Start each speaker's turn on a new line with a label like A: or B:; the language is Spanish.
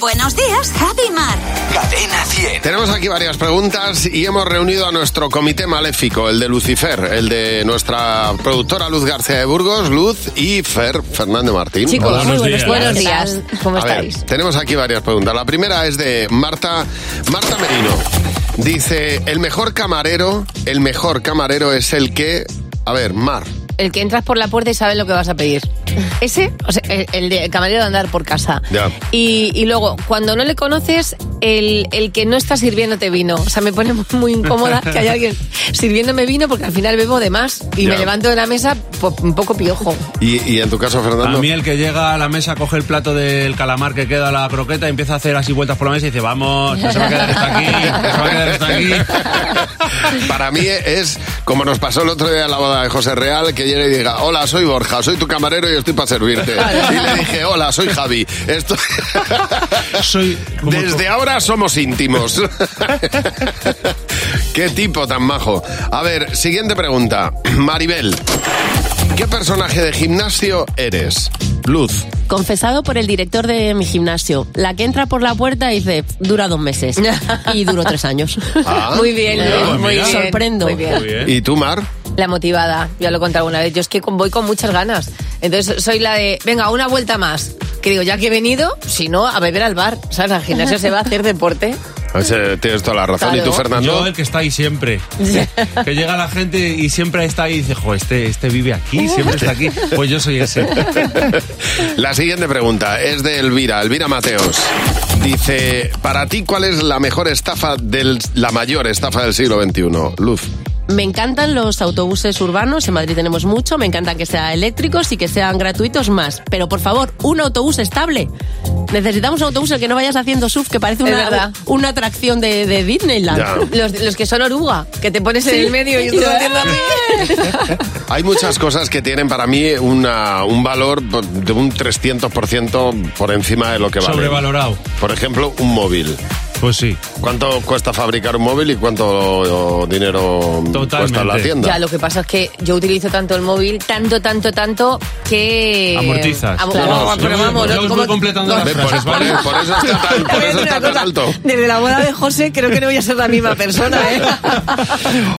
A: Buenos días, Javi Mar.
B: Cadena 100.
C: Tenemos aquí varias preguntas y hemos reunido a nuestro comité maléfico, el de Lucifer, el de nuestra productora Luz García de Burgos, Luz y Fer Fernández Martín.
D: Chicos,
C: Hola.
D: muy buenos días.
E: Buenos días.
D: ¿Cómo
C: A ver,
D: estáis?
C: tenemos aquí varias preguntas. La primera es de Marta, Marta Merino. Dice, el mejor camarero, el mejor camarero es el que... A ver, Mar.
D: El que entras por la puerta y sabes lo que vas a pedir. Ese, o sea, el, el de- el camarero de andar por casa.
C: Ya.
D: Y, y luego, cuando no le conoces, el, el que no está sirviéndote vino. O sea, me pone muy incómoda que haya alguien sirviéndome vino porque al final bebo de más y
C: Ya.
D: me levanto de la mesa po- un poco piojo.
C: Y, y en tu caso, Fernando...
E: A mí el que llega a la mesa, coge el plato del calamar que queda la croqueta y empieza a hacer así vueltas por la mesa y dice, vamos, no se va a quedar esto aquí, no se va a quedar esto aquí.
C: Para mí es como nos pasó el otro día en la boda de José Real, que llegue y diga, hola, soy Borja, soy tu camarero y estoy para servirte. Y le dije, hola, soy Javi. Esto...
E: Soy como
C: Desde ahora somos íntimos. Qué tipo tan majo. A ver, siguiente pregunta. Maribel, ¿qué personaje de gimnasio eres? Luz.
F: Confesado por el director de mi gimnasio. La que entra por la puerta y dice, Eh, dura dos meses. Y duró tres años.
C: Ah,
D: muy bien,
C: mira,
D: Luis, muy
E: mira.
D: bien.
F: Sorprendo.
D: Muy bien.
E: Muy bien.
C: ¿Y tú, Mar?
D: La motivada, ya lo he contado alguna vez. Yo es que con- voy con muchas ganas. Entonces soy la de, venga, una vuelta más. Que digo, ya que he venido, si no, a beber al bar. ¿Sabes? Al gimnasio se va a hacer deporte.
C: Pues, eh, Tienes toda la razón.
D: Claro.
C: ¿Y tú, Fernando?
E: Yo el que está ahí siempre. Que llega la gente y siempre está ahí y dice, jo, este, este vive aquí, siempre está aquí. Pues yo soy ese.
C: La siguiente pregunta es de Elvira, Elvira Mateos. Dice, para ti, ¿cuál es la mejor estafa del, la mayor estafa del siglo XXI? Luz.
F: Me encantan los autobuses urbanos, en Madrid tenemos mucho, me encantan que sean eléctricos y que sean gratuitos más. Pero por favor, un autobús estable. Necesitamos un autobús en el que no vayas haciendo surf, que parece
D: Es
F: una,
D: verdad.
F: una atracción de, de Disneyland.
C: Ya.
D: Los, los que son oruga, que te pones en el medio y,
F: Y
D: tú
F: yo,
D: haciendo así.
C: Hay muchas cosas que tienen para mí una, un valor de un 300% por encima de lo que vale.
E: Sobrevalorado.
C: Por ejemplo, un móvil.
E: Pues sí.
C: ¿Cuánto cuesta fabricar un móvil y cuánto dinero
E: Totalmente.
C: cuesta la tienda?
D: Ya, lo que pasa es que yo utilizo tanto el móvil, tanto, tanto, tanto, que...
E: Amortizas.
D: Am-
E: Claro.
D: No, pero
E: Yo-
D: Eh, vamos,
E: yo
D: ¿no?
E: os voy
D: ¿Cómo-
E: completando las
D: no,
C: Ve, por,
E: frases,
C: por-
E: ¿vale?
C: por eso está tan, por
D: Te voy a
C: eso está
D: decir una
C: tan
D: cosa.
C: alto.
D: Desde la boda de José creo que no voy a ser la misma persona, ¿eh?